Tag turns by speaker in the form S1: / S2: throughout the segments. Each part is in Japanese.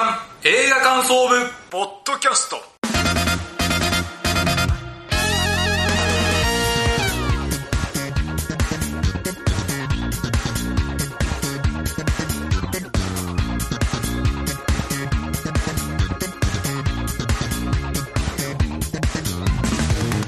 S1: 映画感想部ポッドキャスト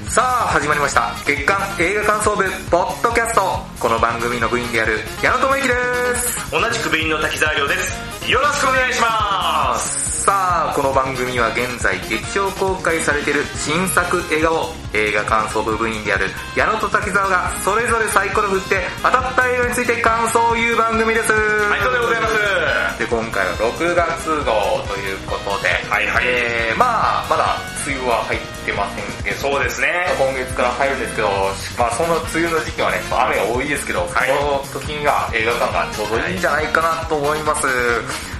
S1: さあ始まりました月刊映画感想部ポッドキャストこの番組の部員である矢野智之です
S2: 同じく部員の滝沢亮ですよろしくお願いします
S1: さあこの番組は現在劇場公開されている新作映画を映画感想部部員である矢野と滝沢がそれぞれサイコロ振って当たった映画について感想を言う番組ですは
S2: はいそうでございます
S1: で今回は6月号ということで、
S2: はいはい
S1: えー、まあまだ梅雨は入ってませんけど
S2: そうですね
S1: 今月から入るんですけど、まあ、その梅雨の時期はね、雨が多いですけど、
S2: はい
S1: その時が映画館がちょうどいいんじゃないかなと思います。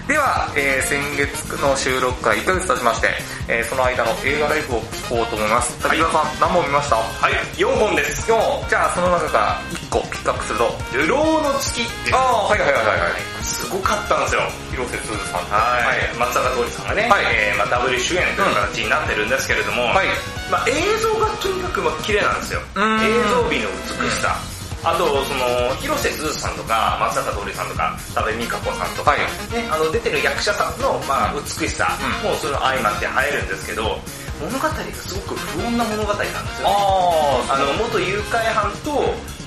S1: では、えー先月の収録から1ヶ月経ちまして、えーその間の映画ライフを聞こうと思います。滝沢さん、何本見ました
S2: はい4本です
S1: 今日、じゃあその中から1個ピックアップすると。
S2: 流浪の月です
S1: ああ、はいはいはいはい。はい、
S2: すごかったんですよ
S1: 広瀬すずさんと。
S2: はい松坂桃李さんがね、
S1: はい
S2: えーまあ、ダブル主演という形になってるんですけれども、
S1: はい。
S2: まあ、映像がとにかくまあ綺麗なんですよ映
S1: うん
S2: 像美の美しさあとその広瀬すずさんとか松坂桃李さんとか多部未華子さんとか、
S1: はい
S2: ね、あの出てる役者さんのまあ美しさ
S1: う
S2: もうそれの相まって入るんですけど物語がすごく不穏な物語なんですよね
S1: あ
S2: あの元誘拐犯と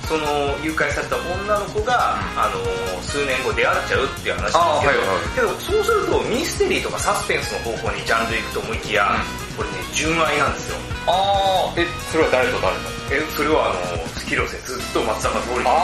S2: その誘拐された女の子が、あの数年後出会っちゃうっていう話なんですけど、
S1: あ
S2: けどそうするとミステリーとかサスペンスの方向にジャンル行くと思いきや、これね純愛なんですよ
S1: あー、え、それは誰と誰と
S2: えそれはあの広瀬ずっと松坂桃李は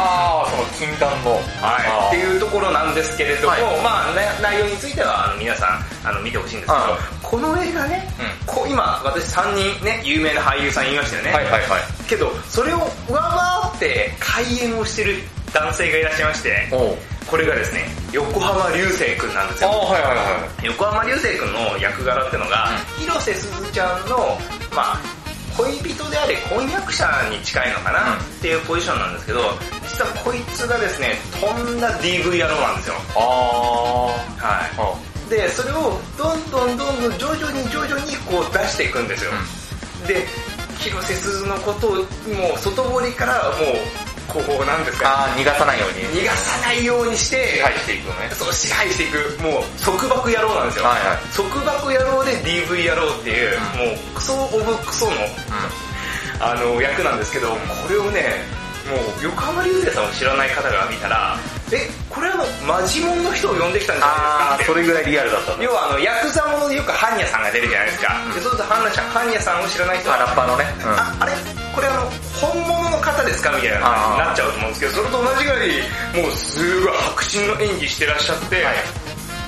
S1: あ
S2: い
S1: あ、その禁断の。あー
S2: っていうところなんですけれども、
S1: はい
S2: まあね、内容についてはあの皆さんあの見てほしいんですけど
S1: あ
S2: この映画ね、
S1: う
S2: こう今私3人ね有名な俳優さん言いましたよね、
S1: はいはいはい。
S2: けどそれを上回って開演をしてる男性がいらっしゃいまして
S1: おう
S2: これがですね横浜流星君なんです
S1: ああ、
S2: よ
S1: はいはいはい。
S2: 横浜流星君の役柄ってのが、広瀬すずちゃんの、まあ、恋人であれ婚約者に近いのかな、
S1: うん
S2: っていうポジションなんですけど実はこいつがですねとんだ DV 野郎なんですよ
S1: あ
S2: はい
S1: あ。
S2: でそれをどんどんどんどん徐々に徐々にこう出していくんですよ、で広瀬すずのことをもう外堀からもうこうなんですか
S1: あー逃がさないように。
S2: 逃がさないようにして
S1: 支配していくのね。
S2: そう支配していくもう束縛野郎なんですよ、
S1: はいはい
S2: 束縛野郎で DV 野郎っていう、もうクソオブクソのあの役なんですけどこれをねもう横浜流星さんを知らない方が見たらえこれはもうマジモンの人を呼んできたんじゃない
S1: あ
S2: ですかって
S1: ー、それぐらいリアルだったんだ
S2: 要はあのヤクザものでよくハンニャさんが出るじゃないですか、でそうするとハンニャさんハンニャさんを知らない人
S1: あ、
S2: は
S1: ラッパーのね。うん
S2: ああれこれあの本物の方ですかみたいな感じになっちゃうと思うんですけどそれと同じぐらいもうすごい迫真の演技してらっしゃって、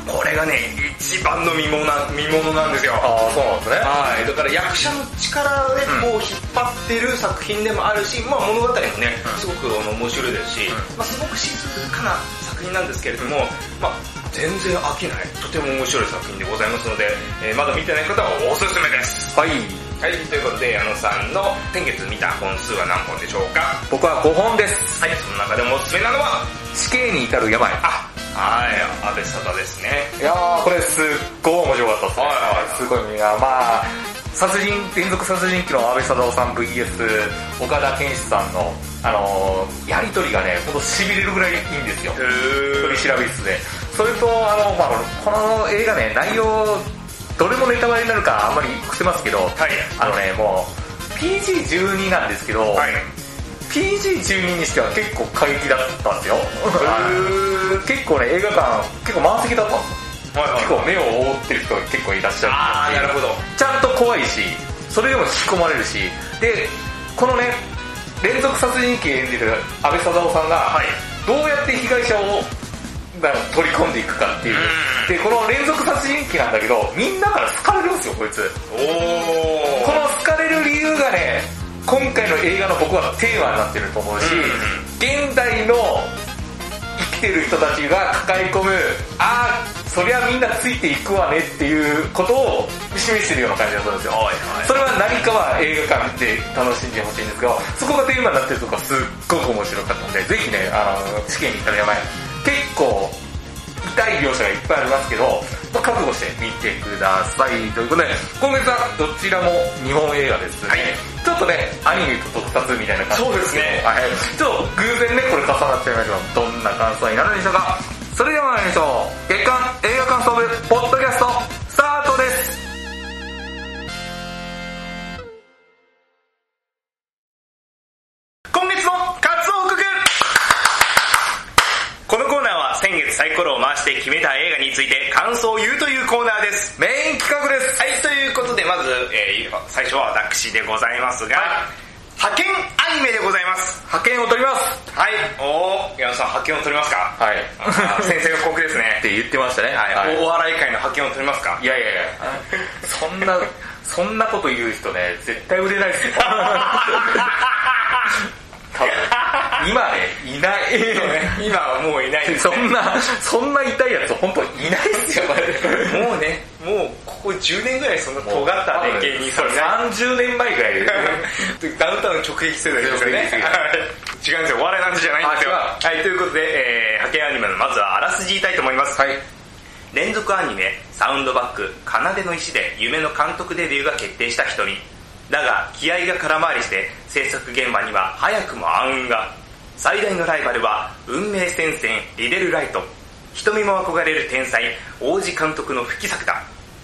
S2: これがね一番の見ものな見ものなんですよ
S1: あー、そうなんですね。
S2: はい、だから役者の力でこう引っ張ってる作品でもあるし、まあ、物語もねすごくあの面白いですし、まあ、すごく静かな作品なんですけれども、まあ、全然飽きないとても面白い作品でございますので、えーまだ見てない方はおすすめです
S1: はい。
S2: はいということで矢野さんの先月見た本数は何本でしょうか
S1: 僕は5本です。
S2: はいその中でもおすすめなのは
S1: 死刑に至る病。
S2: あはい安倍沙汰ですね
S1: いやー、これすっごい面白かったですね。
S2: はいはいはい
S1: すごい、いやまあ、殺人、連続殺人鬼の安倍貞夫さん VS 岡田健志さんの、あのー、やりとりがね、ほんと痺れるぐらいいいんですよ。取り調べ室で。それと、あの、まあ、この映画ね、内容、どれもネタバレになるかあんまり伏せますけど、
S2: はい
S1: あのね、もう、PG12 なんですけど、
S2: はい
S1: PG12 にしては結構過激だったん ですよ。
S2: ー
S1: 結構ね、映画館、結構満席だったんですよ。
S2: はいはい
S1: 結構目を覆ってる人が結構いらっしゃる
S2: ああなるほど
S1: ちゃんと怖いしそれでも引き込まれるしでこのね連続殺人鬼演じる安倍貞夫さんが、
S2: はい
S1: どうやって被害者をなんか取り込んでいくかっていう
S2: う
S1: でこの連続殺人鬼なんだけどみんなから好かれるんですよこいつ
S2: おー
S1: この好かれる理由がね今回の映画の僕はテーマになってると思うし、
S2: うんうん
S1: 現代の生きてる人たちが抱え込むああそりゃみんなついていくわねっていうことを示してるような感じだったんですよ、
S2: はいはい
S1: それは何かは映画館で楽しんでほしいんですけどそこがテーマになってるとこがすっごく面白かったんでぜひねあの試験に行ったらやばい結構痛い描写がいっぱいありますけどと覚悟して見てくださいということで今月はどちらも日本映画ですね、
S2: はい
S1: ちょっとねアニメと特撮みたいな感じ
S2: そうですね
S1: はい、ちょっと偶然ねこれ重なっちゃいましたがどんな感想になるでしょうかそれでは参りましょう月刊映画感想部ポッドキャストスタートです
S2: 今月の活動報告このコーナーは先月サイコロを回して決めた映画について感想を言うというコーナーです
S1: メイン企画です
S2: はい、ということで、まず、えー最初は私でございますが、派遣アニメでございます。
S1: 派遣を取ります
S2: はい、おー、矢野さん、派遣を取ります か
S1: はい
S2: あ ー先生が酷です
S1: っ
S2: ね。
S1: て言ってましたね
S2: はい、
S1: はい
S2: お笑い界の派遣を取りますか
S1: いやいやいや、そんな、そんなこと言う人ね、絶対売れないですよ。多分今ね、いない。
S2: 今はもういないです、
S1: そ
S2: ね。
S1: んな、そんな痛いやつ、本当いないですよ、
S2: もうね、もうここ10年ぐらいそんな尖ったね、芸人さんいない。
S1: 30年前ぐらいで。
S2: ダウンタウン直撃世代ですよ
S1: 直撃世代
S2: ね。はい違うんですよ、お笑いなんじゃないんですよ。
S1: あ
S2: はい、ということで、えー派遣アニメのまずはあらすじ言いたいと思います。
S1: はい。
S2: 連続アニメ「サウンドバック奏の石」で夢の監督デビューが決定した瞳だが気合が空回りして制作現場には早くも暗雲が最大のライバルは運命戦線リデルライト瞳も憧れる天才王子監督の不気作だ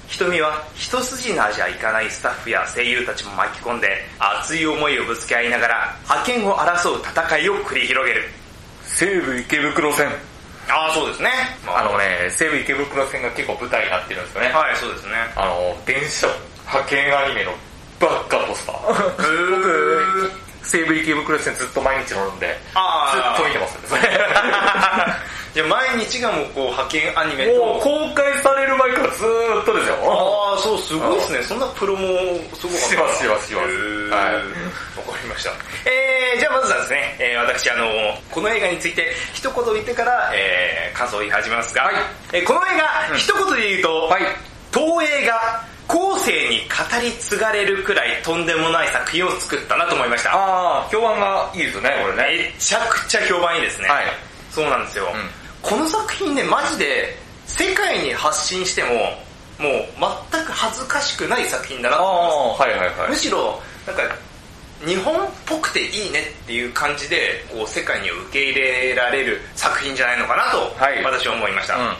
S2: 瞳は一筋縄じゃいかないスタッフや声優たちも巻き込んで熱い思いをぶつけ合いながら覇権を争う戦いを繰り広げる
S1: 西武池袋線。
S2: ああそうですね
S1: あのね、西武池袋線が結構舞台になってるんですよね。
S2: はいそうですね
S1: あの、電車、派遣アニメのばっかポスタ ー。
S2: ブーブー
S1: 西武池袋線ずっと毎日乗るんで、
S2: あー
S1: ずっと見てます。
S2: じゃあ毎日がもうこう派遣アニメと
S1: もう公開される前からずーっとですよ。
S2: ああそうすごいですねそんなプロもすごかっ
S1: しま
S2: たな
S1: すしますします
S2: へー
S1: はい
S2: わかりましたえー、じゃあまずはですね、えー私あのこの映画について一言言ってから、えー感想を言い始めますが、
S1: はい
S2: えーこの映画、一言で言うと、
S1: はい
S2: 東映が後世に語り継がれるくらいとんでもない作品を作ったなと思いました
S1: ああ、評判がいいですよね、これね。
S2: めちゃくちゃ評判いいですね。
S1: はい
S2: そうなんですよ、
S1: ん
S2: この作品ね、マジで、世界に発信しても、もう全く恥ずかしくない作品だな
S1: あ
S2: と思います。
S1: あ、はいはいは
S2: む
S1: い。
S2: しろ、なんか、日本っぽくていいねっていう感じで、こう、世界に受け入れられる作品じゃないのかなと
S1: はい、
S2: 私は思いました。
S1: うん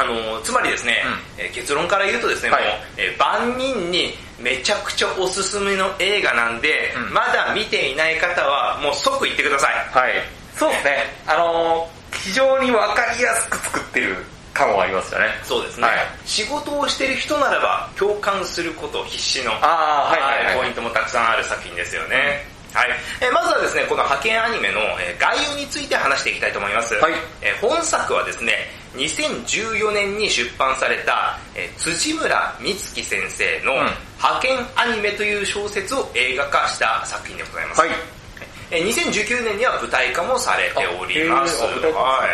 S2: あのつまりですね、
S1: う
S2: えー結論から言うとですね、
S1: はい
S2: もう、えー万人にめちゃくちゃおすすめの映画なんで、
S1: うん
S2: まだ見ていない方はもう即行ってください。
S1: はい。そうですね。あのー、非常にわかりやすく作ってる感はありますよね。
S2: そうですね、
S1: はい
S2: 仕事をしてる人ならば共感すること必死の
S1: あーはいはいはい
S2: ポイントもたくさんある作品ですよね、はいえーまずはですねこの派遣アニメの、えー概要について話していきたいと思います、
S1: はい
S2: えー本作はですね2014年に出版された、えー辻村美月先生の
S1: うん
S2: 「派遣アニメ」という小説を映画化した作品でございます、
S1: はい。
S2: えー2019年には舞台化もされております。
S1: あへーあ舞台化
S2: はい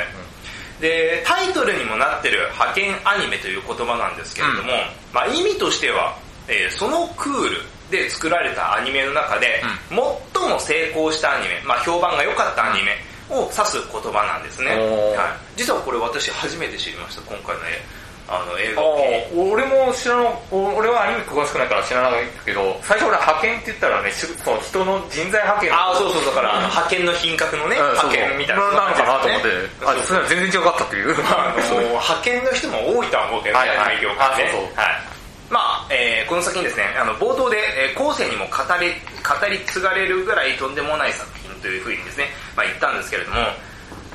S2: でタイトルにもなってる「派遣アニメ」という言葉なんですけれども、まあ、意味としては、えーそのクールで作られたアニメの中で、最も成功したアニメ、まあ、評判が良かったアニメを指す言葉なんですね、
S1: おー
S2: はい、実はこれ私初めて知りました今回の絵あの映
S1: あ
S2: 画を聞い
S1: あ、
S2: て
S1: 俺も知らな、お俺はアニメ詳しくないから知らないけど、最初俺派遣って言ったらね、しその人の人材派遣
S2: ああそうそうだからあの派遣の品格のね、
S1: うんそう
S2: 派遣みたいな
S1: なのかなと思って
S2: そうそう、
S1: あ、それは全然違かったって いう。
S2: あの派遣の人も多いとは思うけど、
S1: はいはい
S2: アニメ業界ね
S1: あそうそう
S2: はいまあ、えーこの先にですね、あの、冒頭で、えー後世にも語り、語り継がれるぐらいとんでもない作品というふうにですね、まあ言ったんですけれども、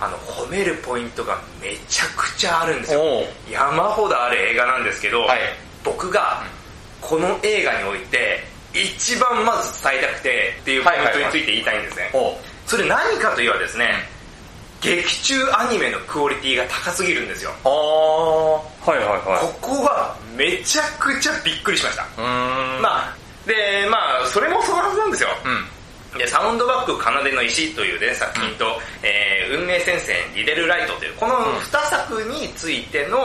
S2: あの、褒めるポイントがめちゃくちゃあるんですよ。
S1: おう
S2: 山ほどある映画なんですけど、
S1: はい
S2: 僕がこの映画において、一番まず伝えたくてっていうポイントについて言いたいんですね。
S1: おう
S2: それ何かといえばですね、劇中アニメのクオリティが高すぎるんですよ。
S1: ああ、はいはいは
S2: ここはめちゃくちゃびっくりしました。
S1: い。うーん。
S2: まあ、で、まあ、それもそのはずなんですよ。
S1: うん。
S2: で、サウンドバック奏の石というね、作品と、えー運命戦線リデルライトという、この2作についての、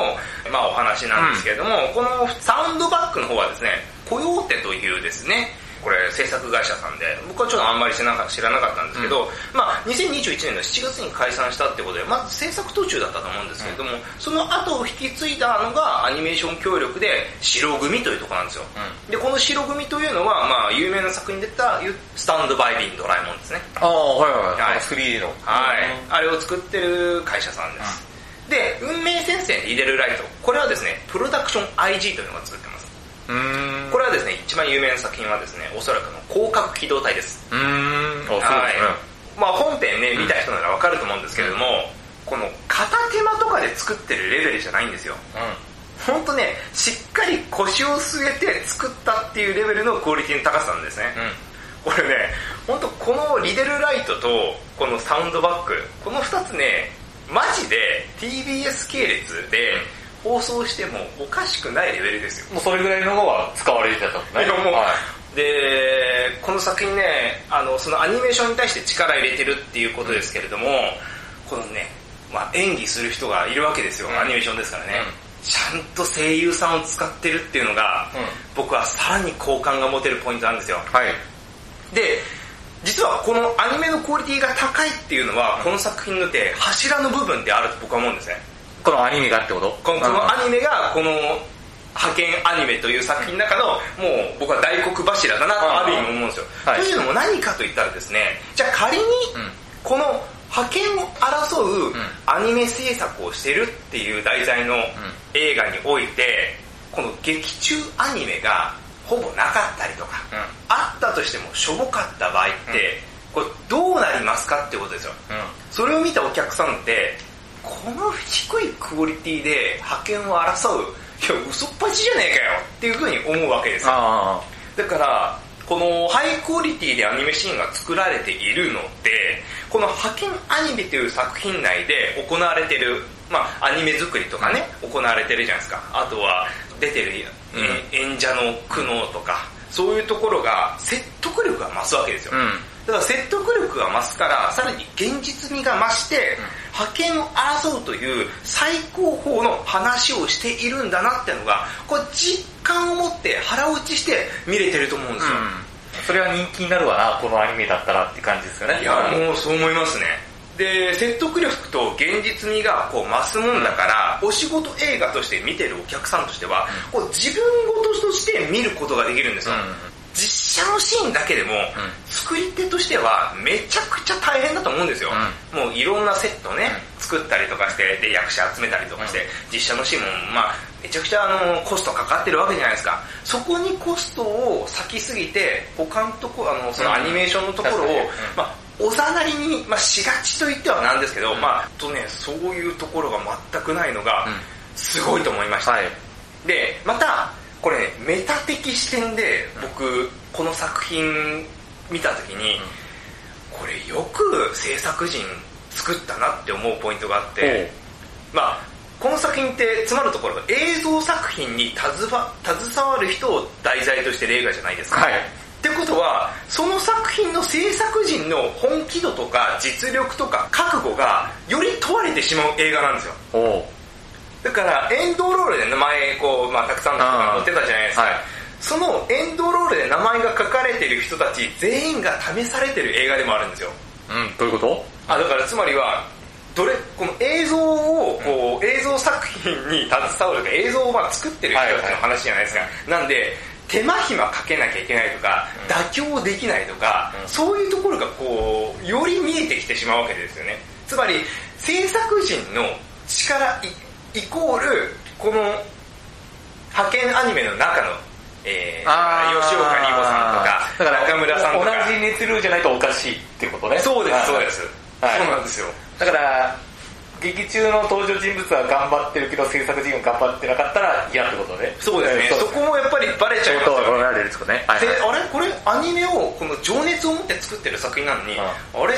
S2: まあお話なんですけれども、このサウンドバックの方はですね、コヨーテというですね、これ制作会社さんで、僕はちょっとあんまり知らなか知らなかったんですけど、まあ、2021年の7月に解散したってことで、まず制作途中だったと思うんですけれども、その後を引き継いだのがアニメーション協力で白組というところなんですよ。で、この白組というのは、まあ、有名な作品で言った、スタンドバイビンドラえもんですね。
S1: ああ、はいはい
S2: はい
S1: あの 3D の。
S2: はい、あれを作ってる会社さんです、で運命戦線リデルライトこれはですねプロダクション IG というのが作ってます
S1: うーん。
S2: これはですね一番有名な作品はですねおそらくの広角機動隊です
S1: うーん。あ、そうですね。
S2: はいまあ本編ね見た人ならわかると思うんですけれども、この片手間とかで作ってるレベルじゃないんですよ本当ねしっかり腰を据えて作ったっていうレベルのクオリティの高さなんですね、これね、本当このリデルライトとこのサウンドバック、この2つね、マジで TBS 系列で放送してもおかしくないレベルですよ。
S1: うん。もうそれぐらいの方が使われてたとね。
S2: いやもう
S1: はい
S2: で、この作品ね、あの、そのアニメーションに対して力入れてるっていうことですけれども、このね、まあ演技する人がいるわけですよ、
S1: ん
S2: アニメーションですからね。
S1: うん
S2: ちゃんと声優さんを使ってるっていうのが、
S1: うん
S2: 僕はさらに好感が持てるポイントなんですよ。
S1: はい。
S2: で実はこのアニメのクオリティが高いっていうのはこの作品のって柱の部分であると僕は思うんですね
S1: このアニメがってこと
S2: このこ
S1: うん
S2: のアニメがこの派遣アニメという作品の中のもう僕は大黒柱だなとある意味思うんですよ、
S1: はい
S2: というのも何かといったらですねじゃあ仮に
S1: うん
S2: この派遣を争うんアニメ制作をしてるっていう題材の映画においてこの劇中アニメがほぼなかったりとか、
S1: うん
S2: あったとしてもしょぼかった場合って、これどうなりますかってことですよ、
S1: う
S2: それを見たお客さんってこの低いクオリティで派遣を争ういや嘘っぱちじゃねえかよっていうふうに思うわけですよ
S1: あ
S2: だからこのハイクオリティでアニメシーンが作られているのでこの派遣アニメという作品内で行われてるまあアニメ作りとかね行われてるじゃないですかあとは出てる、え演者の苦悩とかそういうところが説得力が増すわけですよ、
S1: あ。うん。
S2: だから説得力が増すから、さらに現実味が増して、派遣を争うという最高峰の話をしているんだなってのが、これ実感を持って腹落ちして見れてると思うんですよ。
S1: それは人気になるわな、このアニメだったらって感じですよね。
S2: いや、もうそう思いますね。で、説得力と現実味がこう増すもんだから、お仕事映画として見てるお客さんとしては、こう自分事として見ることができるんですよ。実写のシーンだけでも、作り手としてはめちゃくちゃ大変だと思うんですよ、もういろんなセットね、作ったりとかしてで役者集めたりとかして、実写のシーンも、まあ、めちゃくちゃあのコストかかってるわけじゃないですかそこにコストを割きすぎて他のとこあのそのアニメーションのところを、
S1: うん確かに
S2: まあおざなりに、まあ、しがちと言ってはなんですけど、まあ、とね、そういうところが全くないのが
S1: うん、
S2: すごいと思いました。
S1: はい。
S2: でまたこれねメタ的視点で僕この作品見た時にこれよく制作陣作ったなって思うポイントがあってまあこの作品って詰まるところが映像作品に携わ携わる人を題材としてる映画じゃないですか、
S1: はい。
S2: ってことはその作品の制作陣の本気度とか実力とか覚悟がより問われてしまう映画なんですよ
S1: おお。
S2: だからエンドロールで名前こう、まあ、たくさんの人が載ってたじゃないですか、
S1: はい。
S2: そのエンドロールで名前が書かれてる人たち全員が試されてる映画でもあるんですよ
S1: うん、どういうこと
S2: あだからつまりはどれこの映像をこう、映像作品に携わるとか映像をまあ作ってる人たちの話じゃないですか、なんで手間暇かけなきゃいけないとか、妥協できないとか、
S1: うん
S2: そういうところがこうより見えてきてしまうわけですよねつまり制作陣の力イイコールこの派遣アニメの中の、えー、吉岡里帆さんとか中村さんとか
S1: 同じ熱量じゃないとおかしいってことね。
S2: そうですそう
S1: はい
S2: です、
S1: はい
S2: そうなんですよ
S1: だから、劇中の登場人物は頑張ってるけど、制作陣が頑張ってなかったら嫌ってことね。
S2: そうですね、そこもやっぱりバレちゃいます
S1: は
S2: よね。
S1: られるんですかね。はい
S2: で、あれこれアニメを、この情熱を持って作ってる作品なのに、
S1: うん
S2: あれ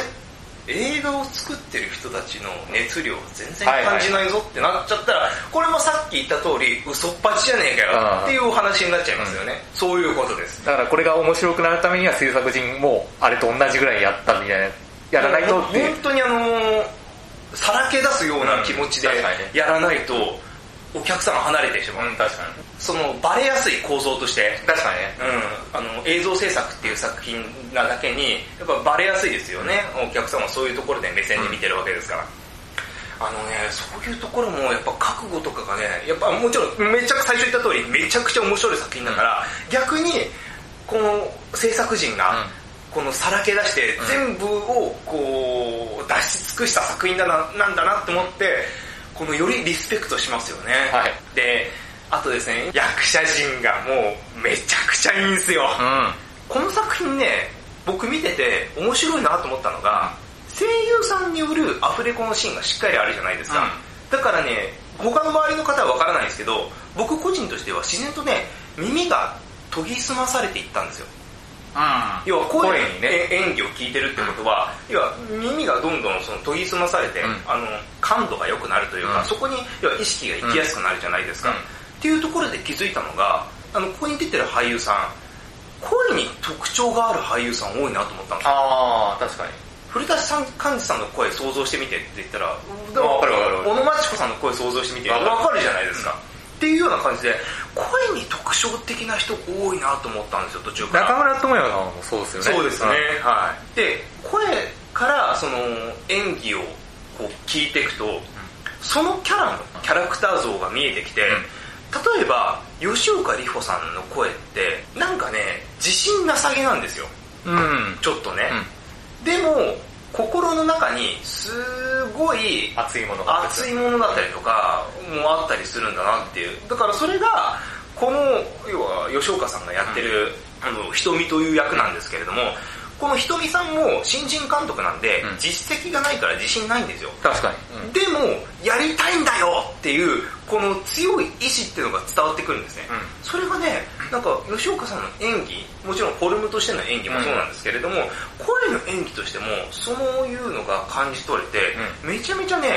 S2: 映画を作ってる人たちの熱量全然感じないぞってなっちゃったら、これもさっき言った通り、嘘っぱちじゃねえかよっていうお話になっちゃいますよね。そういうことです。
S1: だからこれが面白くなるためには制作陣もあれと同じぐらいやったみたいな、やらないとっていう
S2: 本。当にあのーさらけ出すような気持ちで
S1: うん確かにね
S2: やらないと、お客さん離れてしまう。
S1: 確かに。
S2: そのバレやすい構造として、
S1: 確かにね
S2: うん、あの映像制作っていう作品なだけにやっぱバレやすいですよねお客さんはそういうところで目線で見てるわけですから、あのねそういうところもやっぱ覚悟とかがねやっぱもちろんめちゃく最初言った通りめちゃくちゃ面白い作品だから、逆にこの制作陣が、
S1: うん
S2: このさらけ出して全部をこう出し尽くした作品だななんだなって思ってこのよりリスペクトしますよね、
S1: はい
S2: であとですね役者陣がもうめちゃくちゃいいんですよ、
S1: うん
S2: この作品ね僕見てて面白いなと思ったのが声優さんによるアフレコのシーンがしっかりあるじゃないですか、
S1: うん
S2: だからね他の周りの方はわからないんですけど僕個人としては自然とね耳が研ぎ澄まされていったんですよ
S1: うん
S2: 要は声
S1: 声に
S2: に
S1: ね
S2: ね演技を聞いてるってことは、要は耳がどんどんその研ぎ澄まされて、
S1: うん
S2: あの感度が良くなるというか、
S1: うん
S2: そこに要は意識が行きやすくなるじゃないですか、
S1: うん
S2: っていうところで気づいたのがあのここに出てる俳優さん声に特徴がある俳優さん多いなと思ったんですよ
S1: ああ確かに
S2: 古舘さん幹事さんの声想像してみてって言ったら
S1: あわかるわかるわかる
S2: 小野真知子さんの声想像してみて
S1: わ
S2: わ
S1: かる
S2: かるじゃないですか、っていうような感じで声に特徴的な人多いなと思ったんですよ途中から
S1: 中村智也さんもそうですよね
S2: そうですね、はい、で声からその演技をこう聞いていくとそのキャラのキャラクター像が見えてきて、例えば吉岡里帆さんの声ってなんかね自信なさげなんですよ
S1: うんうん
S2: ちょっとね、でも心の中にすごい
S1: 熱いものが
S2: 熱いものだったりとかもあったりするんだなっていうだからそれがこの要は吉岡さんがやってる、あの瞳という役なんですけれどもこの瞳さんも新人監督なんで、
S1: うん
S2: 実績がないから自信ないんですよ、
S1: 確かに
S2: でもやりたいんだよっていうこの強い意志っていうのが伝わってくるんですね、
S1: う
S2: それがねなんか吉岡さんの演技もちろんフォルムとしての演技もそうなんですけれども、声の演技としてもそういうのが感じ取れて、めちゃめちゃね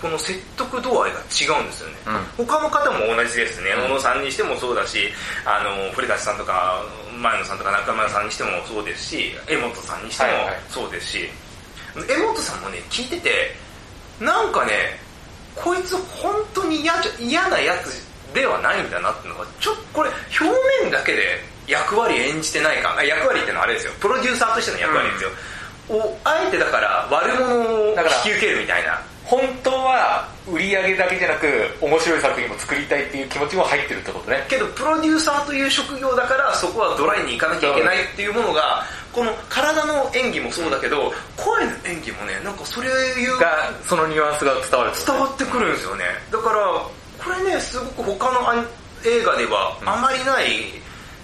S2: この説得度合いが違うんですよね、他の方も同じですね、
S1: うん
S2: 小野さんにしてもそうだしあの古舘さんとか前野さんとか中村さんにしてもそうですし江本さんにしても
S1: はいはい
S2: そうですし、江本さんもね聞いててなんかねこいつ本当に嫌じゃ嫌なやつではないんだなってのがちょっとこれ表面だけで役割演じてないかあ役割ってのはあれですよプロデューサーとしての役割ですよ、をあえてだから悪者を引
S1: だから
S2: き受けるみたいな
S1: 本当は売り上げだけじゃなく面白い作品も作りたいっていう気持ちも入ってるってことね
S2: けどプロデューサーという職業だからそこはドライに行かなきゃいけないっていうものがこの体の演技もそうだけど声の演技もねなんかそれいう
S1: がそのニュアンスが伝わる
S2: 伝わってくるんですよねだからこれねすごく他のアニ映画ではあまりない、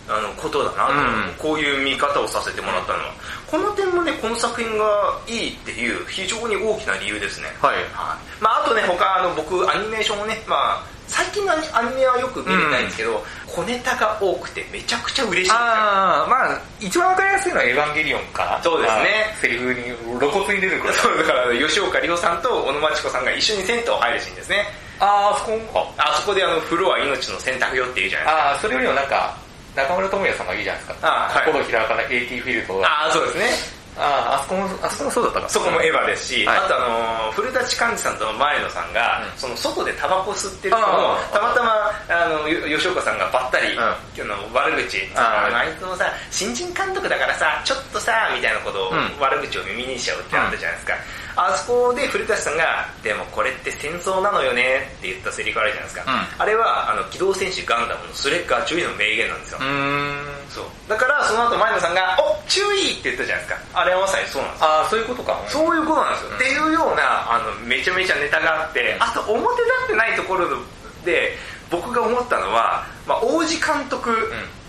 S2: あのことだなと、
S1: うん
S2: こういう見方をさせてもらったのはこの点もねこの作品がいいっていう非常に大きな理由ですね
S1: はい
S2: はいまあ、あとね他あの僕アニメーションをね、まあ、最近のアニアニメはよく見れないんですけど、小ネタが多くてめちゃくちゃ嬉しいんですよ
S1: ああまあ一番わかりやすいのは「エヴァンゲリオン」か
S2: そうです
S1: ま
S2: ね
S1: あセリフに露骨に出てくる
S2: そうだから吉岡里帆さんと小野真知子さんが一緒に銭湯入るシーンですね
S1: ああそこか
S2: あそこであの風呂は命の洗濯よって言うじゃないですか
S1: ああそれよりもなんか中村智也さんがいいじゃないですか
S2: あーはい
S1: 心開かない AT フィールドが
S2: ああ、そうですね。
S1: あああそこもあそこもそうだったか
S2: そこもエヴァですし、
S1: はい
S2: あとあのー、古舘寛治さんと前野さんが、
S1: うん
S2: その外でタバコ吸ってるのを
S1: あ、あ
S2: たまたま、あの、よ吉岡さんがばったり、
S1: うん
S2: あの悪口、
S1: ああ
S2: あのあいつもさ、新人監督だからさ、ちょっとさ、みたいなことを、
S1: うん
S2: 悪口を耳にしちゃうってあったじゃないですか。あそこで古舘さんが、でもこれって戦争なのよねって言ったセリフあるじゃないですか。
S1: う
S2: あれは、あの、機動戦士ガンダムのスレッガー注意の名言なんですよ。
S1: うーん
S2: そう。だから、その後前野さんが、お注意って言ったじゃないですか。あれはまさにそうなんですよ
S1: ああそういうことか
S2: そういうことなんですよ。っていうような、あの、めちゃめちゃネタがあって、あと表立ってないところで、僕が思ったのは、まあ、王子監督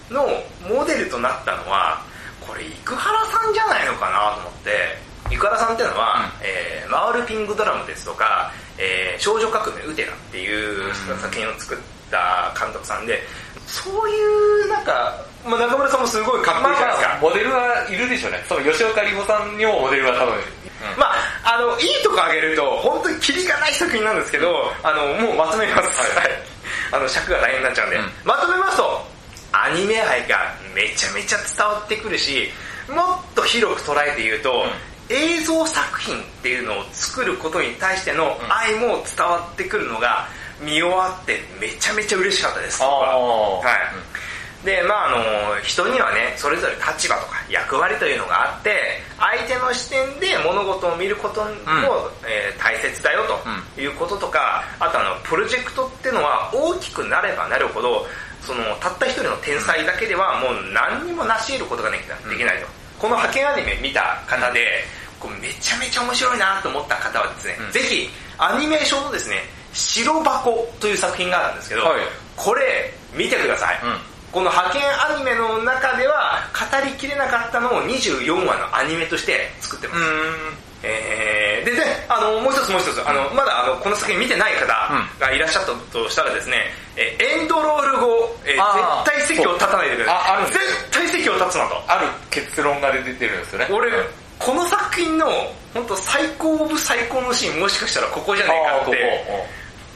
S2: のモデルとなったのは、これ、生原さんじゃないのかなと思って、生原さんっていうのは、
S1: うん
S2: えーマウルピングドラムですとか、えー少女革命ウテナっていう作品を作った監督さんで、そういう、なんか、まあ、中村さんもすごいかっこ
S1: まあ
S2: いいじゃ
S1: ま
S2: ないですか
S1: あ。モデルはいるでしょうねそう吉岡里帆さんにもモデルは多分
S2: まああの、いいとこあげると、本当にキリがない作品なんですけど、あの、もうまとめます。はい。あの、尺が大変になっちゃうんで。
S1: うん
S2: まとめますと、アニメ愛がめちゃめちゃ伝わってくるし、もっと広く捉えて言うと、映像作品っていうのを作ることに対しての愛も伝わってくるのが、見終わってめちゃめちゃ嬉しかったですと
S1: あ
S2: か、
S1: あ
S2: はいでまあ、あの人にはねそれぞれ立場とか役割というのがあって相手の視点で物事を見ることも、えー大切だよということとか、あとあのプロジェクトってのは大きくなればなるほどそのたった一人の天才だけではもう何にも成し得ることができないできないと、この派遣アニメ見た方でこうめちゃめちゃ面白いなと思った方はですね、
S1: うん
S2: ぜひアニメーションのですね「白箱」という作品があるんですけど、
S1: はい
S2: これ見てください、
S1: うん
S2: この派遣アニメの中では語りきれなかったのを24話のアニメとして作ってます、えーでねあのもう一つもう一つあのまだあのこの作品見てない方がいらっしゃったとしたらですね、えーエンドロール後、えー
S1: あー
S2: 絶対席を立たないでくだ
S1: そうあある
S2: さい
S1: んです
S2: 絶対席を立つなと
S1: ある結論が出てるんですよね
S2: 俺
S1: うん
S2: この作品の本当最高オブ最高のシーンもしかしたらここじゃない
S1: ああ
S2: かっ
S1: ここ
S2: て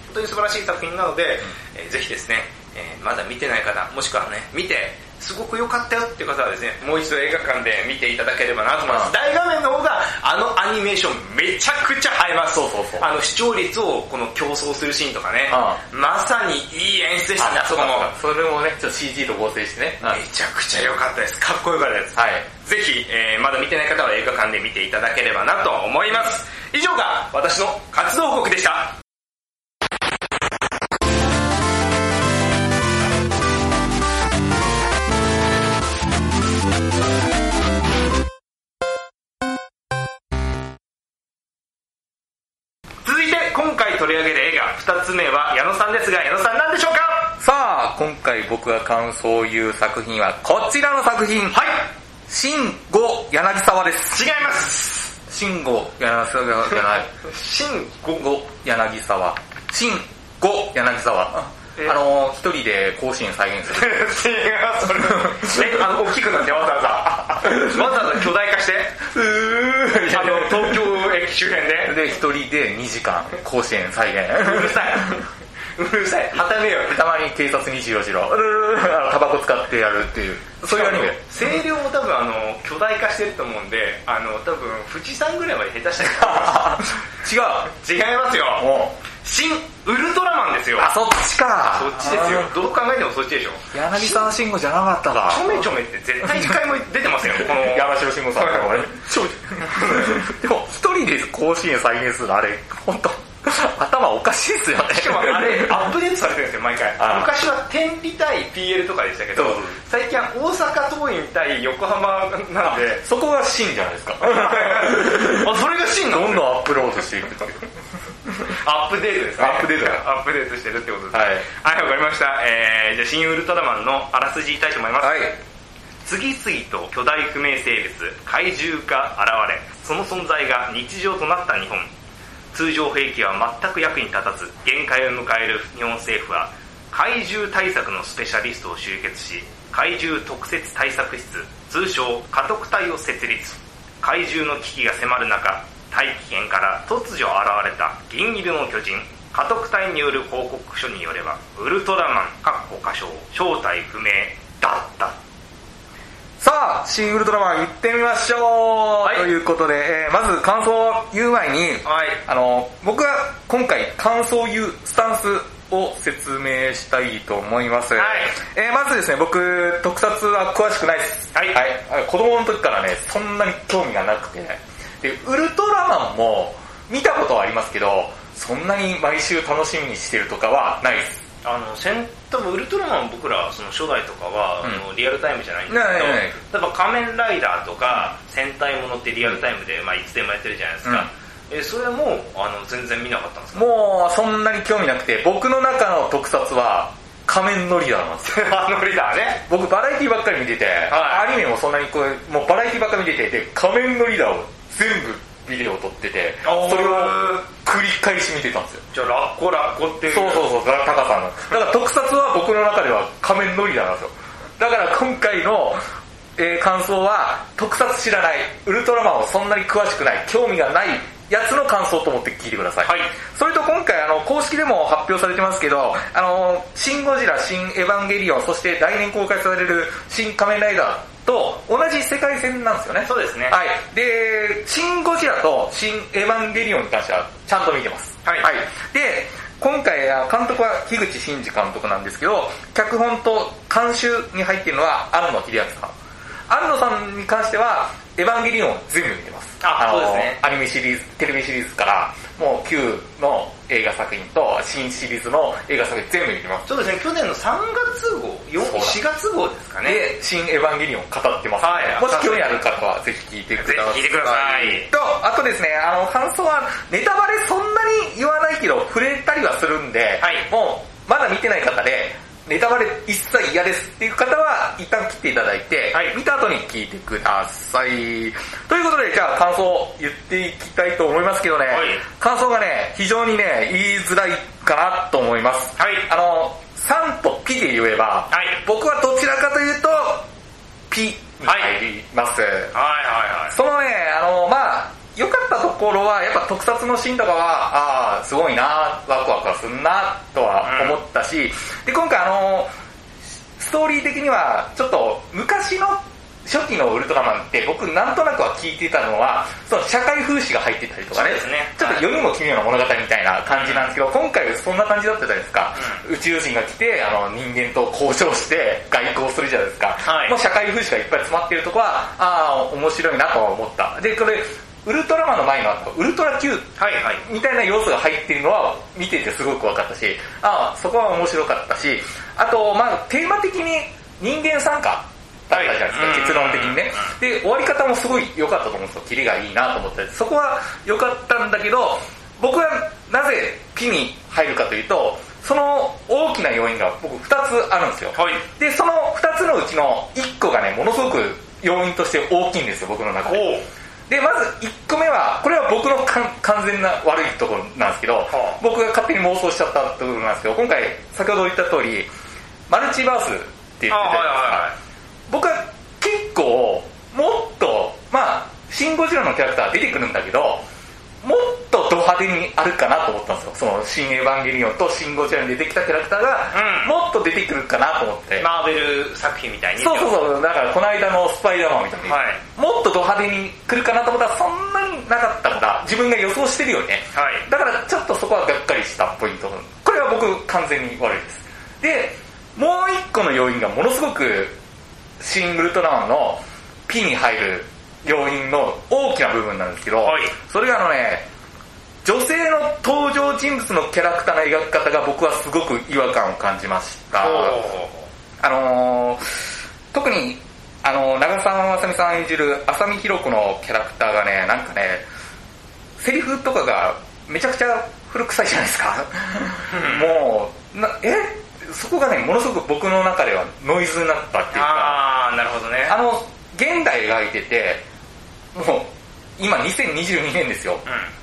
S2: 本当に素晴らしい作品なので、えーぜひですね、えーまだ見てない方、もしくはね、見て、すごく良かったよっていう方はですね、もう一度映画館で見ていただければなと思いま
S1: うん
S2: す。大画面の方が、あのアニメーションめちゃくちゃ映えます。
S1: そうそうそう
S2: あの視聴率をこの競争するシーンとかね、まさにいい演出でしたね、
S1: あ
S2: あ
S1: そ
S2: そうこ
S1: か
S2: も。
S1: そうかそれもねちょっと CG と合成してね
S2: めちゃくちゃ良かったです。かっこよかったです。
S1: はい
S2: ぜひ、えーまだ見てない方は映画館で見ていただければなと思います。以上が私の活動報告でした。続いて今回取り上げる映画2つ目は矢野さんですが矢野さん何でしょうか
S1: さあ今回僕が感想を言う作品はこちらの作品はい新吾柳沢です
S2: 違います
S1: 新吾柳沢じゃない
S2: 新
S1: ゴゴ柳沢新ゴ柳沢あ
S2: え
S1: あのー一人で甲子園再現 する
S2: 違うそれえあの大きくなってわざ わざわざわざ巨大化してあの東京駅周辺
S1: で
S2: で
S1: 一人で2時間甲子園再
S2: うる
S1: 現
S2: さいうるさい旗めよ
S1: たまに警察24時のうるるるあのタバコ使ってやるっていうそういうアニメ
S2: 声量も多分あの巨大化してると思うんであの多分富士山ぐらいまで下手したら
S1: 違う
S2: 違いますよ
S1: も
S2: 新ウルトラマンですよ
S1: うあそっちか
S2: そっちですよどう考えてもそっちでしょ
S1: あー柳沢慎吾じゃなかったか
S2: ちょめちょめって絶対一回も出てませんよこの
S1: 山城慎吾さん
S2: はい
S1: これでも一人で甲子園再現するあれ本当頭おかしいですよね
S2: しかもあれ、アップデートされてるんですよ、毎回
S1: ああ。
S2: 昔は天理対 PL とかでしたけど
S1: そうそう、
S2: 最近は大阪桐蔭対横浜なん で、
S1: そこが真じゃないですか
S2: あ、それが真な
S1: ど
S2: の
S1: んどんアップロードしていくっていう
S2: アップデートですね。
S1: アップデートだ
S2: アップデートしてるってことですね
S1: はい。
S2: はい、わかりました。えー、じゃあ、新ウルトラマンのあらすじいきたいと思います。次々と巨大不明生物怪獣が現れその存在が日常となった日本通常兵器は全く役に立たず限界を迎える日本政府は怪獣対策のスペシャリストを集結し怪獣特設対策室通称家督隊を設立怪獣の危機が迫る中大気圏から突如現れた銀色の巨人家督隊による報告書によればウルトラマンかっこ仮称正体不明だった
S1: さあ、新ウルトラマン行ってみましょう、
S2: はい
S1: ということで、えーまず感想を言う前に、
S2: はい
S1: あの、僕が今回感想を言うスタンスを説明したいと思います。
S2: はい
S1: えーまずですね、僕、特撮は詳しくないです。
S2: はい
S1: あ子供の時からね、そんなに興味がなくて、で、ウルトラマンも見たことはありますけど、そんなに毎週楽しみにしてるとかはないです。
S2: あの戦多分ウルトラマン僕らその初代とかは、
S1: うん
S2: あのリアルタイムじゃないんです
S1: ないないない
S2: けど例えば仮面ライダーとか戦隊ものってリアルタイムで、まあ、いつでもやってるじゃないですか、えそれもあの全然見なかったんですか
S1: もう、そんなに興味なくて、僕の中の特撮は仮面ノリダーなんですよ
S2: あのリーダーね
S1: 僕バラエティばっかり見てて、
S2: は
S1: アニメもそんなにこうもうバラエティばっかり見ててで仮面のリーダーを全部ビデオ撮ってて
S2: あー
S1: それを繰り返し見てたんですよ
S2: じゃあラッコラッコっていう
S1: そうそうそうタカさんのだから特撮は僕の中では仮面のリーダーなんですよだから今回の、えー感想は特撮知らないウルトラマンをそんなに詳しくない興味がないやつの感想と思って聞いてください、
S2: はい
S1: それと今回あの公式でも発表されてますけど「あのシン・ゴジラ」「シン・エヴァンゲリオン」そして来年公開される「新仮面ライダー」と同じ世界線なんですよね
S2: そうですね
S1: はいで「シン・ゴジラ」と「シン・エヴァンゲリオン」に関してはちゃんと見てます
S2: はい
S1: で今回は監督は樋口真嗣監督なんですけど脚本と監修に入っているのは安野秀明さん安野さんに関しては「エヴァンゲリオン」全部見てます
S2: あ
S1: の
S2: そうですね
S1: アニメシリーズテレビシリーズからもう旧の映画作品と新シリーズの映画作品全部見てます
S2: そうですね、去年の3月号、4
S1: そうだ
S2: 4月号ですかね。
S1: で「新エヴァンゲリオン」語ってます、
S2: はい
S1: もし興味ある方はぜひ聞いてください
S2: ぜひ聞いてください
S1: とあとですねあの感想はネタバレそんなに言わないけど触れたりはするんで、
S2: はい
S1: もうまだ見てない方でネタバレ一切嫌ですっていう方は一旦切っていただいて、
S2: はい
S1: 見た後に聞いてくださいということでじゃあ感想を言っていきたいと思いますけどね、
S2: はい
S1: 感想がね非常にね言いづらいかなと思います
S2: はい
S1: あの3と P で言えば、
S2: はい
S1: 僕はどちらかというと P に入ります、
S2: はいはいはい。
S1: そのねあのまあ良かったところはやっぱ特撮のシーンとかはああすごいなワクワクはすんなとは思ったし、で今回あのストーリー的にはちょっと昔の初期のウルトラマンって僕なんとなくは聞いてたのはその社会風刺が入ってたりとかね
S2: そうですね
S1: ちょっと世にも奇妙な物語みたいな感じなんですけど、今回そんな感じだったじゃないですか、宇宙人が来てあの人間と交渉して外交するじゃないですか、
S2: はい
S1: もう社会風刺がいっぱい詰まってるとこはああ面白いなとは思ったでこれウルトラマンの前の後ウルトラ Q
S2: はいはい。
S1: みたいな要素が入っているのは見ててすごく分かったしああそこは面白かったしあとまあテーマ的に人間参加だったじゃないですか、
S2: はい
S1: 結論的にねで終わり方もすごい良かったと思うんですよキリがいいなと思ってそこは良かったんだけど僕はなぜピに入るかというとその大きな要因が僕2つあるんですよ、
S2: はい。
S1: でその2つのうちの1個がねものすごく要因として大きいんですよ僕の中で
S2: おう
S1: でまず1個目はこれは僕のかん完全な悪いところなんですけど、
S2: はあ
S1: 僕が勝手に妄想しちゃったところなんですけど今回先ほど言った通りマルチバースって言ってたじゃな
S2: あ
S1: いですか、
S2: は
S1: 僕は結構もっとまあシン・ゴジラのキャラクター出てくるんだけどもっとド派手にあるかなと思ったんですよその「新エヴァンゲリオン」と「シン・ゴジラ」に出てきたキャラクターが、
S2: うん
S1: もっと出てくるかなと思って、
S2: いはい。マーベル作品みたいに。
S1: そうそうそうだからこの間のスパイダーマンみたいに、
S2: はい
S1: もっとド派手に来るかなと思ったらそんなになかったから自分が予想してるよね
S2: はい。
S1: だからちょっとそこはがっかりしたポイントこれは僕完全に悪いですでもう一個の要因がものすごくシン・ウルトラマンの P に入る要因の大きな部分なんですけど、
S2: はい
S1: それがあのね女性の登場人物のキャラクターの描き方が僕はすごく違和感を感じましたあのー、特に、あのー長澤まさみさん演じる浅見弘子のキャラクターがね、なんかね、セリフとかがめちゃくちゃ古臭いじゃないですか。もう、なえそこがね、ものすごく僕の中ではノイズになったっていうか、
S2: あー、なるほどね。
S1: あの、現代描いてて、もう、今2022年ですよ。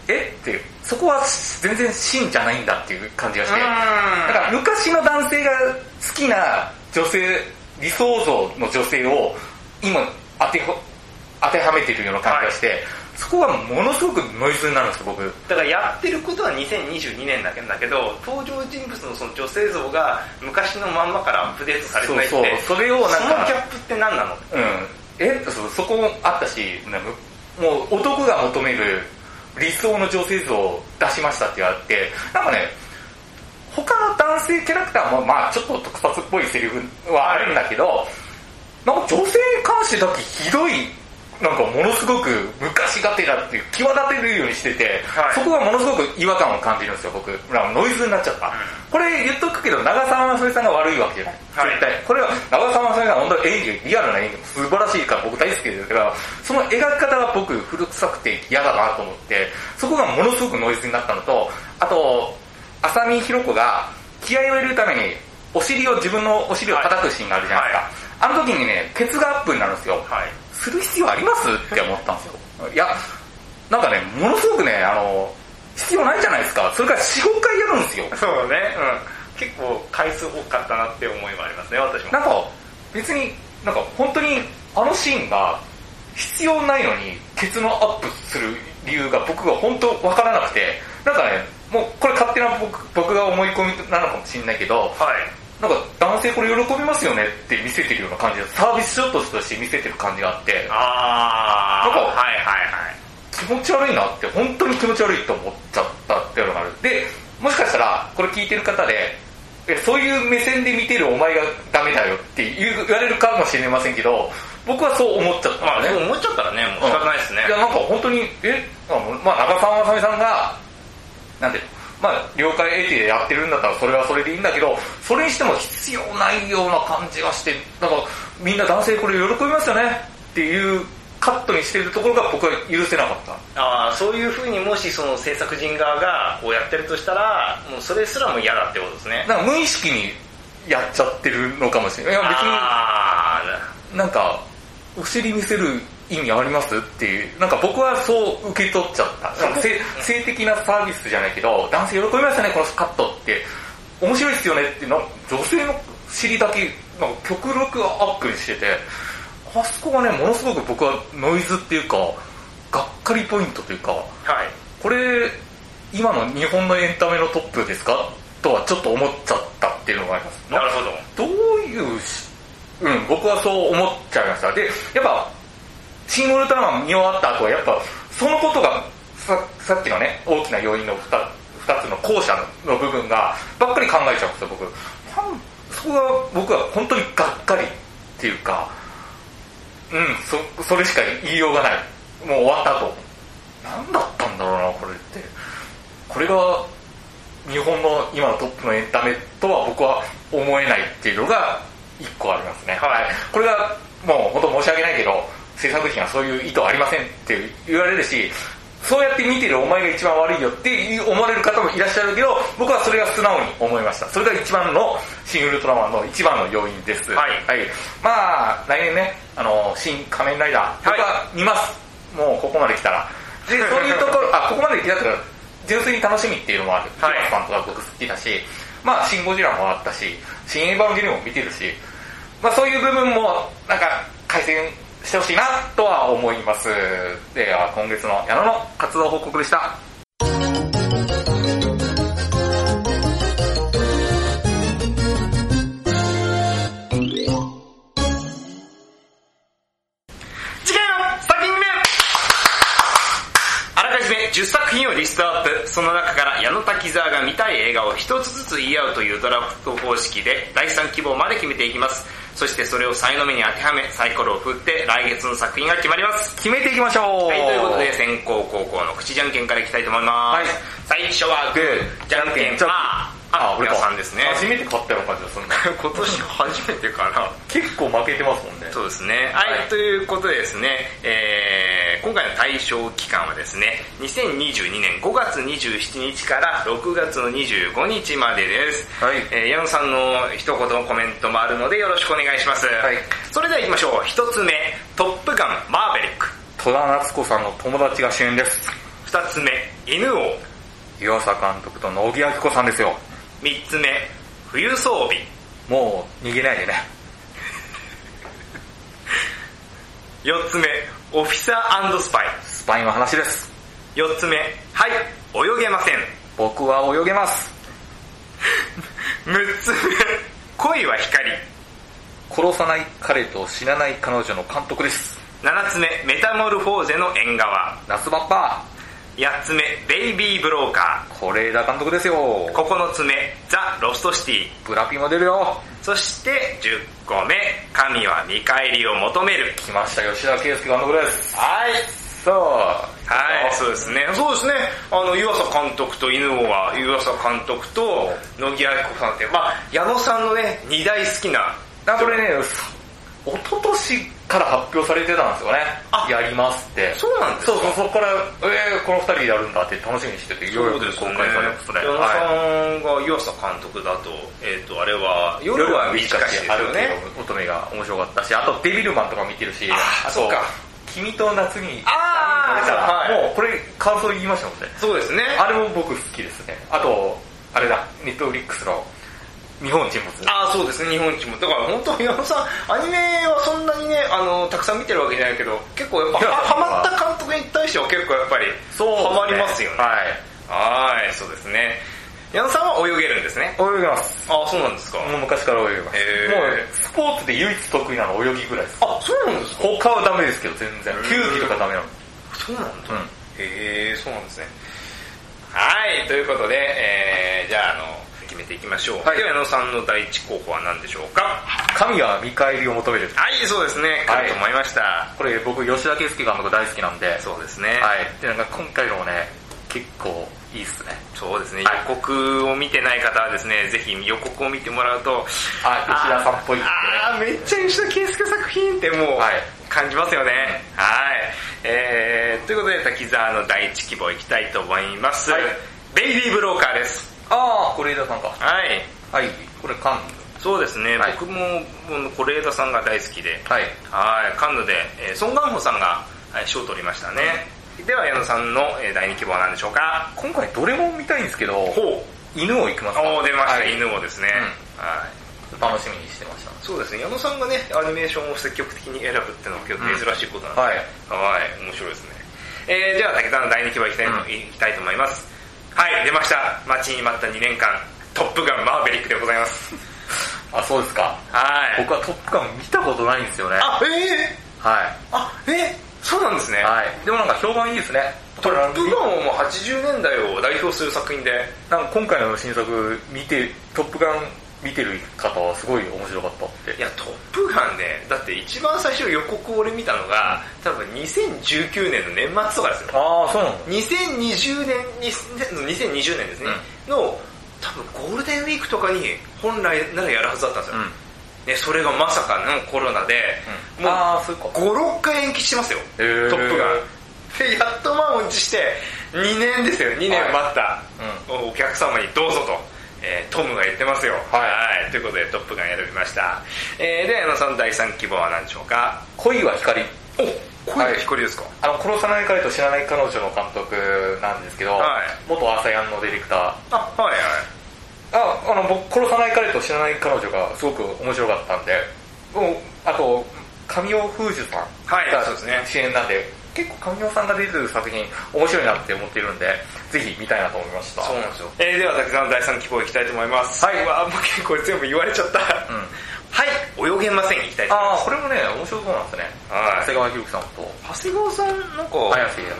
S1: えっていう、そこは全然シーンじゃないんだっていう感じがして。だから昔の男性が好きな女性、理想像の女性を今当てほ当てはめてるような感じがして、そこはものすごくノイズになるんですよ、僕。
S2: だからやってることは2022年だけだけど、登場人物のその女性像が昔のまんまからアップデートされてないって、
S1: そうそうそれをなんか
S2: そのギャップって何な
S1: う
S2: の
S1: ん。えそそこもあったし、なんかもう男が求める理想の女性像を出しましたって言われて、なんかね、他の男性キャラクターもまあちょっと特撮っぽいセリフはあるんだけど、なんか女性に関してだけひどい、なんかものすごく昔がてらっていう、際立てるようにしてて、
S2: はい
S1: そこがものすごく違和感を感じるんですよ、僕。なんかノイズになっちゃった。これ言っとくけど、長澤まさみさんが悪いわけじゃない。
S2: はい
S1: 絶対。これは長澤まさみさんは本当に演技、リアルな演技も素晴らしいから僕大好きですけど、その描き方が僕古臭くて嫌だなと思って、そこがものすごくノイズになったのと、あと、浅見弘子が気合を入れるために、お尻を、自分のお尻を叩くシーンがあるじゃないですか。あの時にね、ケツがアップになるんですよ。
S2: はい。
S1: する必要ありますって思ったんですよ。いや、なんかね、ものすごくね、あの、必要ないじゃないですか。それから4、5回やるんですよ。
S2: そうだね、うん。結構回数多かったなって思いもありますね、私も。
S1: なんか、別に、なんか本当にあのシーンが必要ないのに、ケツのアップする理由が僕が本当わからなくて、なんかね、もうこれ勝手な僕僕が思い込みなのかもしれないけど、
S2: はい。
S1: なんか男性これ喜びますよねって見せてるような感じで、サービスショットとして見せてる感じがあって、
S2: あー。
S1: どこ
S2: はいはいはい。
S1: 気持ち悪いなって本当に気持ち悪いと思っちゃったっていうのがあるでもしかしたらこれ聞いてる方でえそういう目線で見てるお前がダメだよって言う言われるかもしれませんけど僕はそう思っちゃった
S2: ま
S1: ん
S2: あ、
S1: です
S2: で
S1: ね
S2: も思っちゃったらね、もう仕方ないですね
S1: い。やなんか本当にえあもうまあ長澤まさみさんがなんていうのまあ了解得てやってるんだったらそれはそれでいいんだけどそれにしても必要ないような感じがしてなんかみんな男性これ喜びますよねっていうカットにしてるところが僕は許せなかった
S2: ああそういうふうにもしその制作人側がこうやってるとしたらもうそれすらも嫌だってことですね
S1: なんか無意識にやっちゃってるのかもしれないいや別に
S2: あ
S1: なんか、お尻見せる意味ありますっていう、なんか僕はそう受け取っちゃった。なんか性性的なサービスじゃないけど、男性喜びましたね、このカットって。面白いっすよねって、なんか女性の尻だけ、なんか極力アップにしてて、あそこがね、ものすごく僕はノイズっていうか、がっかりポイントというか、
S2: あはい
S1: これ、今の日本のエンタメのトップですかとはちょっと思っちゃったっていうのがあります。
S2: なるほど
S1: どういうし、うん、僕はそう思っちゃいました。で、やっぱ、シン・ウルトラマン見終わった後は、やっぱ、そのことがさ、さっきのね、大きな要因の 2, つの後者の部分が、ばっかり考えちゃうんですよ、僕。なんそこが僕は本当にがっかりっていうか、うん、そ、それしか言いようがない。もう終わった後。なんだったんだろうな、これって。これが日本の今のトップのエンタメとは僕は思えないっていうのが一個ありますね。はい。これがもう本当申し訳ないけど、制作費はそういう意図ありませんって言われるし、そうやって見てるお前が一番悪いよって思われる方もいらっしゃるけど、僕はそれが素直に思いました。それが一番のシン・ウルトラマンの一番の要因です。
S2: はい
S1: まあ、来年ね、あの、新仮面ライダー、
S2: はい
S1: 僕は見ます。もうここまで来たら。で、そういうところ、あ、ここまで来たから、純粋に楽しみっていうのもある。
S2: はい
S1: ヒーローさんとか僕好きだし、まあ、シン・ゴジラも終わったし、シン・エヴァンゲリオンも見てるし、まあ、そういう部分も、なんか、改善してほしいな、とは思います。では、今月の矢野の活動報告でした。
S2: 次回のスタッキングメンあらかじめ10作品をリストアップその中から矢野滝沢が見たい映画を一つずつ言い合うというドラフト方式で第3希望まで決めていきますそしてそれを才能目に当てはめサイコロを振って来月の作品が決まります
S1: 決めていきましょう
S2: はい、ということで、先行後攻の口じゃんけんからいきたいと思います。最初はグー、じゃんけん、
S1: じゃんけん
S2: パー。あ、俺さんですね。
S1: 初めて買ったような感じだ、そんな。
S2: 今年初めてかな。
S1: 結構負けてますもんね。
S2: そうですね。はい、
S1: はい
S2: ということでですね、えー、今回の対象期間はですね、2022年5月27日から6月の25日までです。
S1: はい
S2: えー矢野さんの一言コメントもあるのでよろしくお願いします。
S1: はい
S2: それでは行きましょう。一つ目、トップガンマーベリック。
S1: 戸田夏子さんの友達が主演です。
S2: 二つ目、犬王。
S1: 湯浅監督と野木明子さんですよ。
S2: 3つ目冬装備
S1: もう、逃げないでね。
S2: 4つ目オフィサースパイ
S1: スパイの話です。
S2: 4つ目はい泳げません
S1: 僕は泳げます。
S2: 6つ目恋は光
S1: 殺さない彼と死なない彼女の監督です
S2: 7つ目メタモルフォーゼの縁側
S1: 夏バッパ
S2: 8つ目ベイビーブローカ
S1: ー是枝監督ですよ
S2: ー9つ目ザ・ロストシティ
S1: ブラピも出るよ
S2: そして10個目神は見返りを求める
S1: 来ました吉田圭佑監督です
S2: はい
S1: さあ
S2: はい、
S1: そ
S2: そうですね。そうですね。あの、湯浅監督と犬王は湯浅監督と野木明子さんって、まあ矢野さんのね、二大好きな。
S1: うこれね一昨年から発表されてたんですよね
S2: あ
S1: やりますって
S2: そうなんです
S1: そうそうそこからえー、この二人でやるんだって楽しみにしてていよいよ公開されますね
S2: 矢野
S1: はい
S2: さんが湯浅監督だと、えっ、と、あれは、夜
S1: 夜
S2: は
S1: は
S2: 短
S1: 短
S2: し
S1: し
S2: です
S1: ある
S2: よ
S1: 程
S2: ね。
S1: 度乙女が面白かったしあとデビルマンとか見てるし
S2: あ
S1: と
S2: そうか
S1: 君と夏に
S2: あーはい
S1: もうこれ感想言いましたもんね
S2: そうですね。
S1: あれも僕好きですね。あと、あれだ、ネットフリックスの日本沈没。
S2: ああ、そうですね、日本一も。だから本当、矢野さん、アニメはそんなにね、あの、たくさん見てるわけじゃないけど、結構やっぱ、
S1: いや
S2: ははまった監督に対しては結構やっぱり、はまりますよね。
S1: はい。
S2: はい、そうですね。矢野さんは泳げるんですね。
S1: 泳ぎます。
S2: あ、そうなんですか。
S1: もう昔から泳ぎます。
S2: へー
S1: もうスポーツで唯一得意なの泳ぎぐらいです。
S2: あ、そうなんですか
S1: 他はダメですけど、全然
S2: へー。
S1: 球技とかダメなの。
S2: そうなんだ。
S1: うん
S2: へえ、そうなんですね。はい、ということで、えー、じゃあ、あの、決めていきましょう。
S1: はい
S2: では、矢野さんの第一候補は何でしょうか
S1: 神は見返りを求める。
S2: はい、そうですね。
S1: はい
S2: かと思いました。
S1: これ僕、吉田圭介監督大好きなんで、
S2: そうですね。
S1: はい。で、なんか今回のもね、結構いいっすね。
S2: そうですね、
S1: はい
S2: 予告を見てない方はですね、ぜひ予告を見てもらうと、
S1: あ吉田さんっぽいってね
S2: あーあー、めっちゃ吉田圭介作品ってもう、
S1: はい
S2: 感じますよね。はい。えー、ということで、滝沢の第一希望いきたいと思います。
S1: はい
S2: ベイビーブローカーです。
S1: ああ、これ枝さんか。
S2: はい。
S1: はい、これ神。
S2: そうですね、
S1: はい
S2: 僕も、もう是枝さんが大好きで、
S1: はい。
S2: はい、カンヌで、えー、ソン・ガンホさんがはい賞を取りましたね。では、矢野さんのえー第二希望は何でしょうか
S1: 今回どれも見たいんですけど、
S2: ほう。
S1: 犬を行きますか
S2: おー、出ました、
S1: はい
S2: 犬をですね。はい。
S1: 楽しみにしてました。
S2: そうですね、矢野さんがね、アニメーションを積極的に選ぶっていうのは結構珍しいことなんで、
S1: はい。
S2: はい、面白いですね。えー、じゃあ、武田の第二希望いきたい,、
S1: うん
S2: いきたいと思います。はい、出ました。待ちに待った2年間、トップガンマーベリックでございます。
S1: あ、そうですか。
S2: はい。
S1: 僕はトップガン見たことないんですよね。
S2: あ、え
S1: は
S2: ー、あ、えー、そうなんですね。
S1: い。はい。でもなんか評判いいですね。
S2: トップガンはもう80年代を代表する作品で、
S1: なんか今回の新作見て、トップガン見てる方はすごい面白かったって。
S2: いや、トップガンね、だって一番最初予告を俺見たのが、多分2019年の年末とかですよ。
S1: ああ、そうなの
S2: 2020年に、2020年ですね、の、多分ゴールデンウィークとかに本来ならやるはずだったんですよ。ね、それがまさかのコロナで、
S1: うん。
S2: もう
S1: ああ、そういうこ
S2: 5、6回延期してますよ、
S1: へー
S2: トップガン。で、やっと満を持して、2年ですよ、2年待った、お客様にどうぞと、えートムが言ってますよ。
S1: はい
S2: いということで、トップガン選びました。えーでは、矢野さん第3希望は何でしょうか
S1: 恋は光。
S2: お声が光ですか、
S1: あの、殺さない彼と死なない彼女の監督なんですけど、
S2: はい
S1: 元アサヤンのディレクター。
S2: あ、はいはい。
S1: あ、あの、僕、殺さない彼と死なない彼女がすごく面白かったんで、もう、あと、神尾楓珠さん
S2: はい
S1: が
S2: そうですね
S1: 主演なんで、結構神尾さんが出てる作品面白いなって思ってるんで、ぜひ見たいなと思いました。
S2: そうなんですよ。えー、では、滝沢の第3希望いきたいと思います。
S1: はいう
S2: わもう結構全部言われちゃった。
S1: うん
S2: はい、泳げませんいきたいと思い
S1: あ
S2: ま
S1: あ、これもね、面白そうなんですね。
S2: す。は
S1: 長谷川博己さんと、
S2: 長谷川さん、なんか、
S1: 綾瀬やる。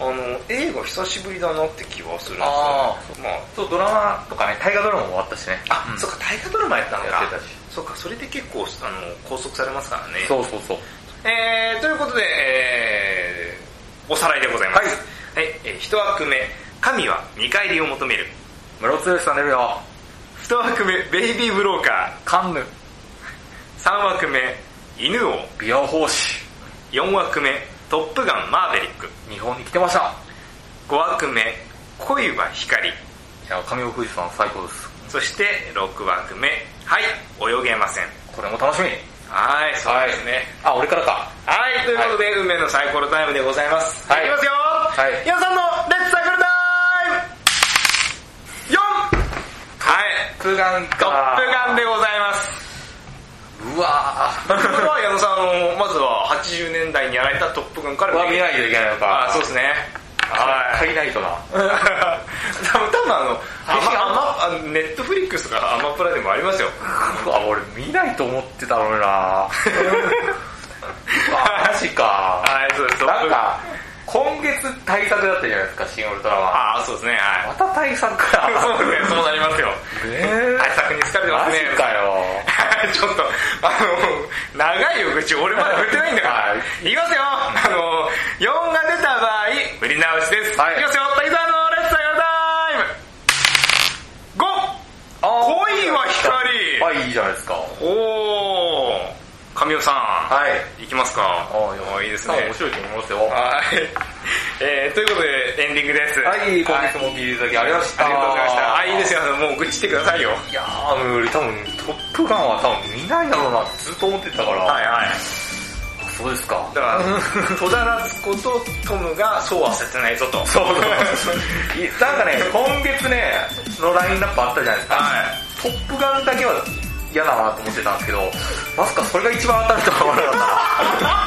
S2: あの、映画久しぶりだなって気はするんですよ、ね。
S1: あ
S2: まあ、
S1: そう、ドラマとかね、大河ドラマも終わったしね。
S2: あ、
S1: うん
S2: そっか、大河ドラマやったのか。
S1: やってたし
S2: そっか、それで結構、あの、拘束されますからね。
S1: そうそうそう。
S2: えー、ということで、えー、おさらいでございます。はい。えー、一枠目、神は見返りを求める。
S1: 室剛さん出るよ。
S2: 二枠目、ベイビーブローカ
S1: カンヌ、
S2: ー。三枠目、犬を。
S1: 美容法師、
S2: 4枠目「トップガンマーヴェリック
S1: 日本に来てました。」
S2: 5枠目「恋は光
S1: いや、神尾楓珠さん最高です。」
S2: そして6枠目「はい泳げません
S1: これも楽しみ。」
S2: はいそうですね
S1: あ、俺からか。
S2: はい、ということで、運命のサイコロタイムでございます、
S1: はい
S2: い、きますよ、
S1: はい
S2: 皆さんのレッツサイコロタイム 4! はい
S1: トップガン
S2: トッ
S1: か。
S2: プガンでございます。
S1: うわ
S2: こ れ は矢野さん、あのまずは80年代にやられたトップガンか
S1: これ
S2: ら
S1: は見ないといけないのか。
S2: あ、そうですね。はい。
S1: 借りないとな。
S2: 多分多分あの、
S1: あま
S2: アマあのネットフリックスとかアマプラでもありますよ。
S1: うわ、俺見ないと思ってたのにな。う わ、マジか。
S2: はい、そうです。
S1: なんか、今月対策だったじゃないですか、新ウルトラマン。
S2: ああ、そうですね、は
S1: また対策か
S2: い。。そうですね、そうなりますよ。
S1: ね え
S2: 対策に疲れてますね。
S1: マジかよ。
S2: ちょっと、あの、長いよ、口、俺まだ振ってないんだか
S1: は
S2: ら。いきますよあの、4が出た場合、振り直しです。
S1: はい
S2: いきますよ滝沢のレッツサイドタイム !5! 恋は光
S1: あ、いいじゃないですか。
S2: おー神尾さん。
S1: はい。
S2: いきますか。
S1: あ
S2: いいですね。
S1: 面白いと思いますよ。
S2: はい。えー、ということで、エンディングです。
S1: はい、今
S2: はい
S1: 月もお聞きいただきありがとうございました。
S2: ありがとうございました。あ、いいですよ。あのもう愚痴ってくださいよ。はい
S1: やー、俺多分、トップガンは多分見ないだろうなってずっと思ってたから。
S2: はい。
S1: そうですか。
S2: だから、戸田夏子とトムがそうはさせないぞと。
S1: そうそう。なんかね、今月ね、のラインナップあったじゃないですか。
S2: はい。
S1: トップガンだけは嫌だなと思ってたんですけど、まさかそれが一番当たるとは思わなか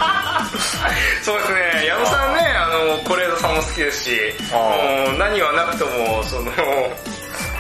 S2: そうですね、矢野さんね、あの、是枝さんも好きですし、
S1: あ
S2: もう何はなくとも、その、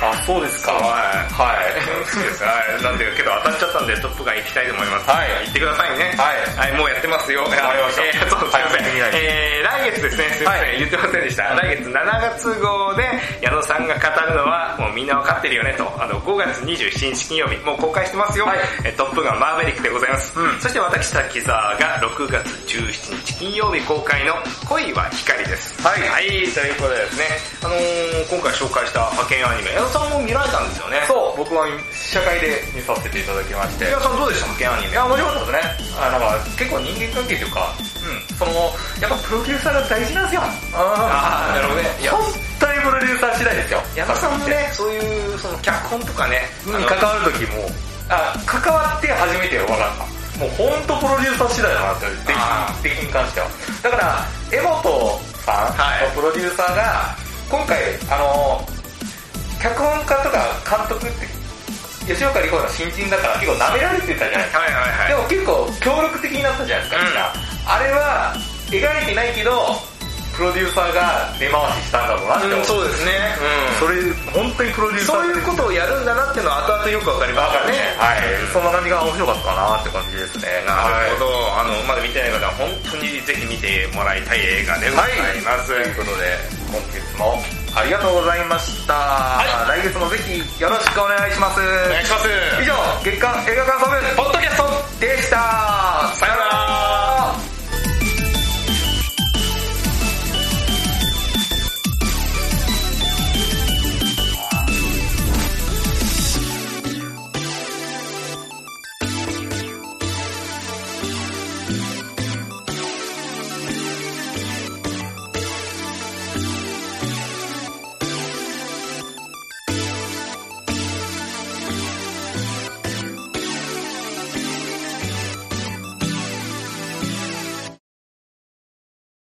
S1: あ、そうですか。
S2: はい
S1: はい。
S2: 好きです。はい。なんで、けど当たっちゃったんで、トップガン行きたいと思います。
S1: はい
S2: 行ってくださいね。。
S1: はい
S2: もうやってますよ。わか
S1: りました
S2: えー、そう、すいません。
S1: はい
S2: えー、来月ですね、すいません、
S1: はい
S2: 言ってませんでした。来月7月号で、矢野さんが語るのは、もうみんなわかってるよねと。あの、5月27日金曜日、もう公開してますよ。
S1: はい
S2: えートップガンマーヴェリックでございます。そして私、滝沢が6月17日金曜日公開の、恋は光です。
S1: はい
S2: はい、ということでですね、あのー、今回紹介した派遣アニメ、矢野さんも見られたんですよね。
S1: そう、僕は試写会で見させていただきまして。
S2: 矢野さんどうでした派遣アニメ
S1: い。や、面白かったですね。あなんか結構人間関係というか、うん、その、やっぱプロデューサーが大事なんですよ。あ
S2: あーなるほどねいや
S1: 本当にプロデューサー次第ですよ。
S2: 矢野さんもね、そういう、その、脚本とかね、
S1: に
S2: あの
S1: 関わる時も、あ、関わって初めて分かった。もう本当プロデューサー次第だなって、
S2: あ
S1: 出来出来に関しては。だから、江本さん
S2: はい
S1: のプロデューサーが、今回、あの、脚本家とか監督って、吉岡里帆の新人だから結構舐められてたじゃないですか。
S2: はいはい
S1: で
S2: はい。
S1: も結構協力的になったじゃないですか、みんな。あれは、描いてないけど、プロデューサーが出回ししたんだろうなって思
S2: うん、そうですね。
S1: それ、本当にプロデュー
S2: うん。
S1: サー
S2: そういうことをやるんだなっていうのは後々よくわかりま
S1: わ
S2: す
S1: か
S2: よ
S1: るね
S2: ね。。
S1: はい。その波が面白かったかなって感じですね。
S2: なるほど。あの、まだ見てない方は本当にぜひ見てもらいたい映画でございます。ということで、
S1: ど。今月もありがとうございました。来月もぜひよろしくお願いします。
S2: お願いします。
S1: 以上、月刊映画感想部、ポッドキャストでした。